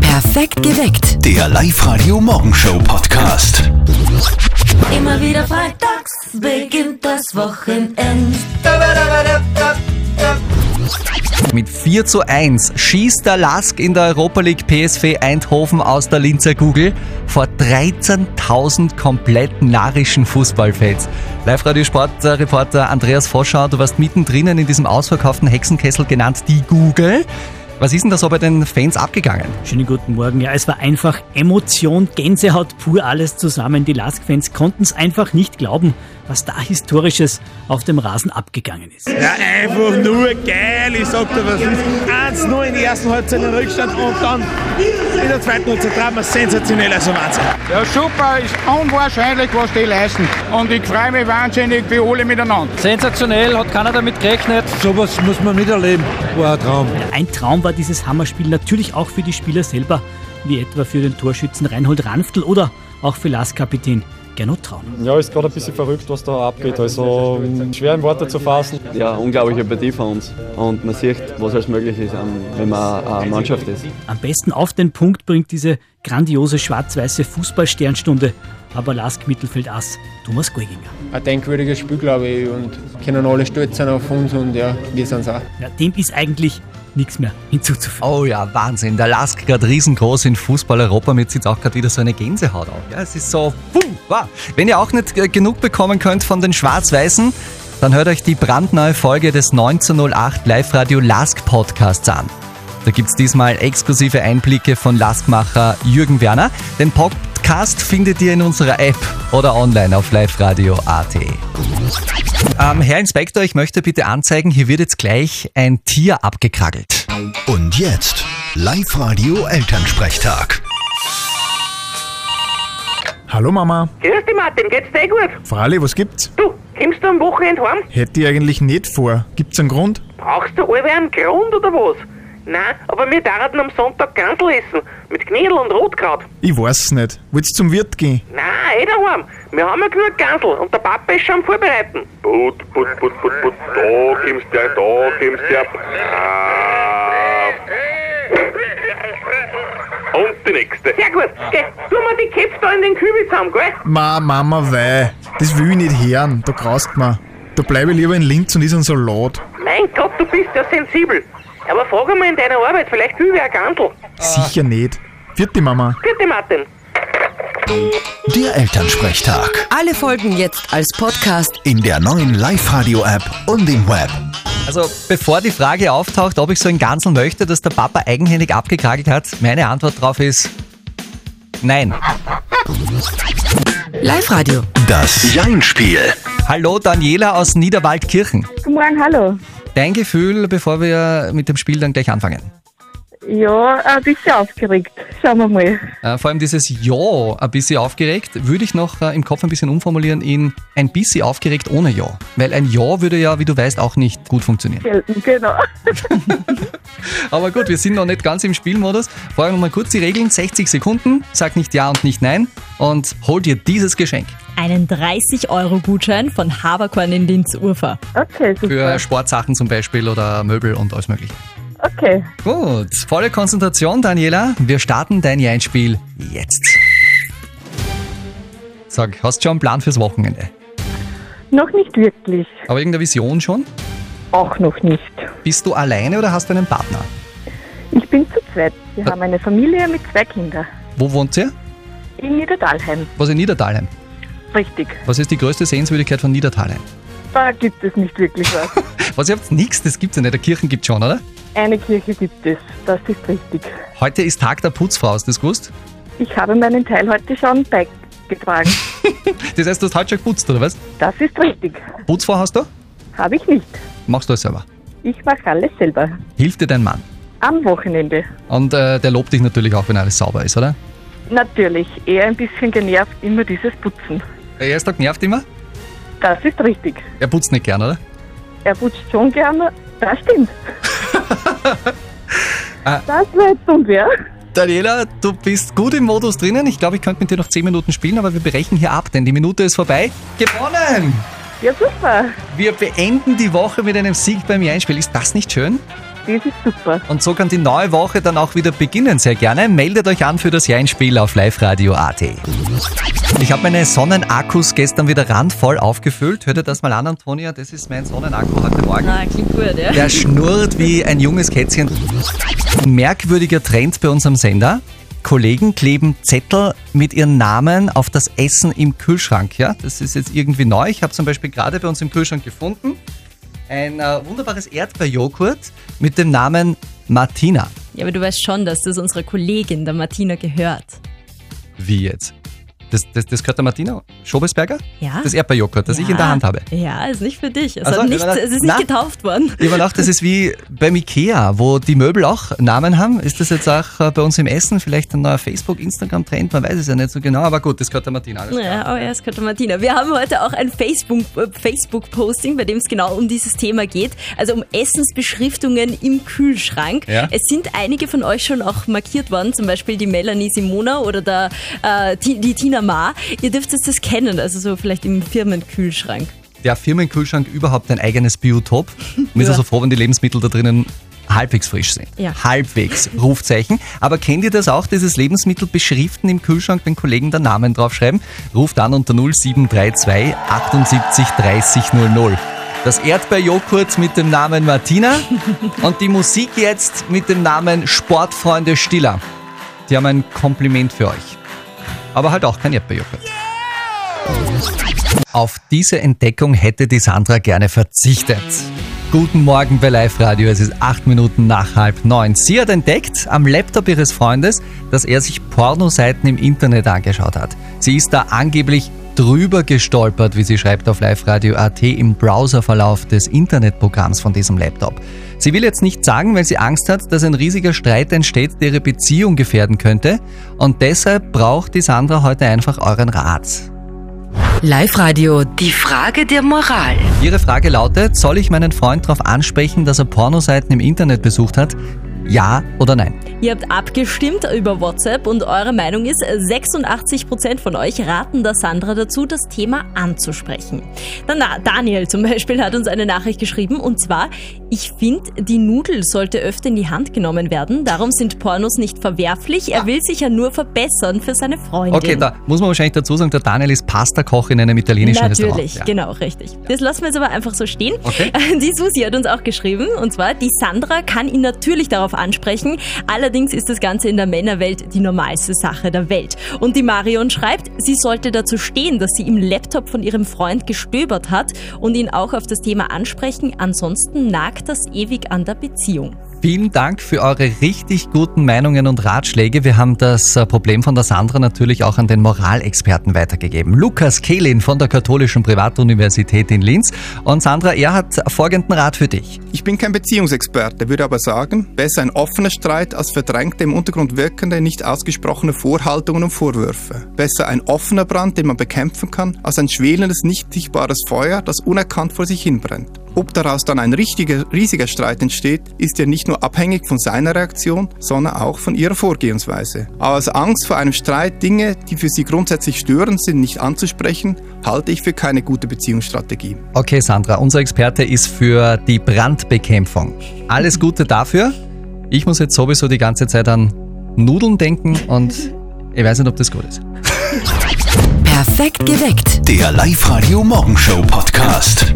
Perfekt geweckt. Der Live-Radio Morgenshow Podcast. Immer wieder freitags beginnt das Wochenende. Mit 4 zu 1 schießt der Lask in der Europa League PSV Eindhoven aus der Linzer Kugel vor 13.000 komplett narischen Fußballfans. Live-Radio-Sportreporter Andreas Voschau, du warst mittendrin in diesem ausverkauften Hexenkessel genannt die Google. Was ist denn da so bei den Fans abgegangen? Schönen guten Morgen. Ja, es war einfach Emotion, Gänsehaut, pur alles zusammen. Die Lask-Fans konnten es einfach nicht glauben, was da Historisches auf dem Rasen abgegangen ist. Ja, einfach nur geil. Ich sag dir, was ist. 1-0 in der ersten Halbzeit in Rückstand und dann in der zweiten Halbzeit Drama sensationell, also Wahnsinn. Ja, super, ist unwahrscheinlich, was die leisten. Und ich freue mich wahnsinnig für alle miteinander. Sensationell, hat keiner damit gerechnet. Sowas muss man miterleben. War ein Traum. Ein Traum war dieses Hammerspiel natürlich auch für die Spieler selber, wie etwa für den Torschützen Reinhold Ranftl oder auch für Lask-Kapitän Gernot Traun. Ja, ist gerade ein bisschen verrückt, was da abgeht. Also ähm, schwer in Worte zu fassen. ja, unglaubliche Partie von uns. Und man sieht, was alles möglich ist, ähm, wenn man eine Mannschaft ist. Am besten auf den Punkt bringt diese grandiose schwarz-weiße Fußballsternstunde aber Lask-Mittelfeld-Ass Thomas Golginger. ein denkwürdiges Spiel, glaube ich, und können alle stolz sein auf uns und ja, wir sind es auch. Ja, dem ist eigentlich nichts mehr hinzuzufügen. Oh ja, Wahnsinn. Der Lask gerade riesengroß in Fußball Europa. Mir zieht auch gerade wieder so eine Gänsehaut auf. Ja, es ist so, puh, wow. Wenn ihr auch nicht äh, genug bekommen könnt von den Schwarz-Weißen, dann hört euch die brandneue Folge des 1908 Live-Radio Lask Podcasts an. Da gibt's diesmal exklusive Einblicke von Laskmacher Jürgen Werner. Den Podcast findet ihr in unserer App oder online auf liveradio.at. Ähm, Herr Inspektor, ich möchte bitte anzeigen, hier wird jetzt gleich ein Tier abgekraggelt. Und jetzt Live-Radio Elternsprechtag. Hallo Mama. Grüß dich, Martin, geht's dir eh gut? Frali, was gibt's? Du, kommst du am Wochenende heim? Hätte ich eigentlich nicht vor. Gibt's einen Grund? Brauchst du alle einen Grund oder was? Nein, aber wir dachten am Sonntag Gansel essen. Mit Knödel und Rotkraut. Ich weiß nicht. Willst zum Wirt gehen? Nein, eh daheim. Wir haben ja genug Gansel und der Papa ist schon am Vorbereiten. Put, put, put, put, put, da kommst du, da kommst du. Ah. Und die nächste. Sehr gut, geh, tu mal die Köpfe da in den Kübel zusammen, gell? Ma, Mama, weh. Äh, Das will ich nicht hören. Da graust mir. Da bleibe ich lieber in Linz und ist ein Salat. Mein Gott, du bist ja sensibel. Aber frag einmal in deiner Arbeit, vielleicht will wer ein Gansel. Sicher nicht. Vierte Mama. Grüß dich, Martin. Der Elternsprechtag. Alle Folgen jetzt als Podcast. In der neuen Live-Radio-App und im Web. Also, bevor die Frage auftaucht, ob ich so ein Gansel möchte, dass der Papa eigenhändig abgekragelt hat, meine Antwort darauf ist nein. Live-Radio. Das Jein-Spiel. Hallo Daniela aus Niederwaldkirchen. Guten Morgen, hallo. Dein Gefühl, bevor wir mit dem Spiel dann gleich anfangen? Ja, ein bisschen aufgeregt. Schauen wir mal. Äh, vor allem dieses Ja ein bisschen aufgeregt, würde ich noch äh, im Kopf ein bisschen umformulieren in ein bisschen aufgeregt ohne Ja. Weil ein Ja würde ja, wie du weißt, auch nicht gut funktionieren. Gelten, genau. Aber gut, wir sind noch nicht ganz im Spielmodus. Vorher nochmal kurz die Regeln. 60 Sekunden, sag nicht Ja und nicht Nein und hol dir dieses Geschenk einen 30-Euro-Gutschein von Haberkorn in Linz-Urfer. Okay, für Sportsachen zum Beispiel oder Möbel und alles mögliche. Okay. Gut, volle Konzentration, Daniela. Wir starten dein Jein-Spiel jetzt. Sag, hast schon einen Plan fürs Wochenende? Noch nicht wirklich. Aber irgendeine Vision schon? Auch noch nicht. Bist du alleine oder hast du einen Partner? Ich bin zu zweit. Wir haben eine Familie mit zwei Kindern. Wo wohnt ihr? In Niedertalheim. Was in Niedertalheim? Richtig. Was ist die größte Sehenswürdigkeit von Niedertalheim? Da gibt es nicht wirklich was. Was, ihr habt nichts, das gibt's ja nicht. Der Kirchen gibt's schon, oder? Eine Kirche gibt es. Das ist richtig. Heute ist Tag der Putzfrau, hast du das gewusst? Ich habe meinen Teil heute schon beigetragen. Das heißt, du hast heute schon geputzt, oder was? Das ist richtig. Putzfrau hast du? Habe ich nicht. Machst du alles selber. Ich mache alles selber. Hilft dir dein Mann. Am Wochenende. Und äh, der lobt dich natürlich auch, wenn alles sauber ist, oder? Natürlich. Eher ein bisschen genervt, immer dieses Putzen. Er ist doch nervt immer. Das ist richtig. Er putzt nicht gern, oder? Er putzt schon gerne. Das stimmt. Ah. Das war jetzt unfair. Daniela, du bist gut im Modus drinnen. Ich glaube, ich könnte mit dir noch 10 Minuten spielen, aber wir brechen hier ab, denn die Minute ist vorbei. Gewonnen! Ja, super. Wir beenden die Woche mit einem Sieg beim Einspiel. Ist das nicht schön? Das ist super. Und so kann die neue Woche dann auch wieder beginnen. Sehr gerne. Meldet euch an für das Jeinspiel auf liveradio.at. Ich habe meine Sonnenakkus gestern wieder randvoll aufgefüllt. Hört ihr das mal an, Antonia? Das ist mein Sonnenakku heute Morgen. Na, klingt gut, ja. Der schnurrt wie ein junges Kätzchen. Merkwürdiger Trend bei unserem Sender. Kollegen kleben Zettel mit ihren Namen auf das Essen im Kühlschrank. Ja, das ist jetzt irgendwie neu. Ich habe zum Beispiel gerade bei uns im Kühlschrank gefunden ein äh, wunderbares Erdbeerjoghurt mit dem Namen Martina. Ja, aber du weißt schon, dass das unserer Kollegin, der Martina, gehört. Wie jetzt? Das, das, das gehört der Martina Schobesberger? Ja. Das Erdbeerjoghurt, das ich in der Hand habe. Ja, ist nicht für dich. Es, Also, hat nicht, na, es ist na. nicht getauft worden. Ich habe gedacht, das ist wie beim Ikea, wo die Möbel auch Namen haben. Ist das jetzt auch äh, bei uns im Essen vielleicht ein neuer Facebook, Instagram-Trend? Man weiß es ja nicht so genau, aber gut, das gehört der Martina. alles klar. Naja, oh ja, es könnte Martina. Wir haben heute auch ein Facebook- äh, Facebook-Posting, bei dem es genau um dieses Thema geht. Also um Essensbeschriftungen im Kühlschrank. Ja. Es sind einige von euch schon auch markiert worden, zum Beispiel die Melanie Simona oder der, äh, die, die Tina Ma. Ihr dürft jetzt das kennen, also so vielleicht im Firmenkühlschrank. Der Firmenkühlschrank überhaupt ein eigenes Biotop. Man ist Ja. also froh, wenn die Lebensmittel da drinnen halbwegs frisch sind. Ja. Halbwegs, Rufzeichen. Aber kennt ihr das auch, dieses Lebensmittel beschriften im Kühlschrank, den Kollegen da Namen draufschreiben? Ruft an unter 0732 78 30 00. Das Erdbeerjoghurt mit dem Namen Martina und die Musik jetzt mit dem Namen Sportfreunde Stiller. Die haben ein Kompliment für euch. Aber halt auch kein Erdbeerjoghurt. Auf diese Entdeckung hätte die Sandra gerne verzichtet. Guten Morgen bei Live Radio, es ist acht Minuten nach halb neun. Sie hat entdeckt am Laptop ihres Freundes, dass er sich Pornoseiten im Internet angeschaut hat. Sie ist da angeblich drüber gestolpert, wie sie schreibt auf liveradio.at im Browserverlauf des Internetprogramms von diesem Laptop. Sie will jetzt nicht sagen, weil sie Angst hat, dass ein riesiger Streit entsteht, der ihre Beziehung gefährden könnte. Und deshalb braucht die Sandra heute einfach euren Rat. Live-Radio, die Frage der Moral. Ihre Frage lautet, soll ich meinen Freund darauf ansprechen, dass er Pornoseiten im Internet besucht hat? Ja oder nein? Ihr habt abgestimmt über WhatsApp und eure Meinung ist, 86% von euch raten der Sandra dazu, das Thema anzusprechen. Dann na, Daniel zum Beispiel hat uns eine Nachricht geschrieben und zwar, ich finde, die Nudel sollte öfter in die Hand genommen werden, darum sind Pornos nicht verwerflich, er will sich ja nur verbessern für seine Freundin. Okay, da muss man wahrscheinlich dazu sagen, der Daniel ist Pasta-Koch in einem italienischen Natürlich, Restaurant. genau, richtig. Das lassen wir jetzt aber einfach so stehen. Okay. Die Susi hat uns auch geschrieben, und zwar, die Sandra kann ihn natürlich darauf ansprechen. Allerdings ist das Ganze in der Männerwelt die normalste Sache der Welt. Und die Marion schreibt, sie sollte dazu stehen, dass sie im Laptop von ihrem Freund gestöbert hat und ihn auch auf das Thema ansprechen. Ansonsten nagt das ewig an der Beziehung. Vielen Dank für eure richtig guten Meinungen und Ratschläge. Wir haben das äh, Problem von der Sandra natürlich auch an den Moralexperten weitergegeben. Lukas Kehlin von der Katholischen Privatuniversität in Linz. Und Sandra, er hat folgenden Rat für dich. Ich bin kein Beziehungsexperte, würde aber sagen, besser ein offener Streit als verdrängte im Untergrund wirkende, nicht ausgesprochene Vorhaltungen und Vorwürfe. Besser ein offener Brand, den man bekämpfen kann, als ein schwelendes, nicht sichtbares Feuer, das unerkannt vor sich hinbrennt. Ob daraus dann ein richtiger, riesiger Streit entsteht, ist ja nicht nur abhängig von seiner Reaktion, sondern auch von ihrer Vorgehensweise. Aber aus Angst vor einem Streit Dinge, die für sie grundsätzlich störend sind, nicht anzusprechen, halte ich für keine gute Beziehungsstrategie. Okay, Sandra, unser Experte ist für die Brandbekämpfung. Alles Gute dafür. Ich muss jetzt sowieso die ganze Zeit an Nudeln denken und ich weiß nicht, ob das gut ist. Perfekt geweckt. Der Live-Radio Morgenshow Podcast.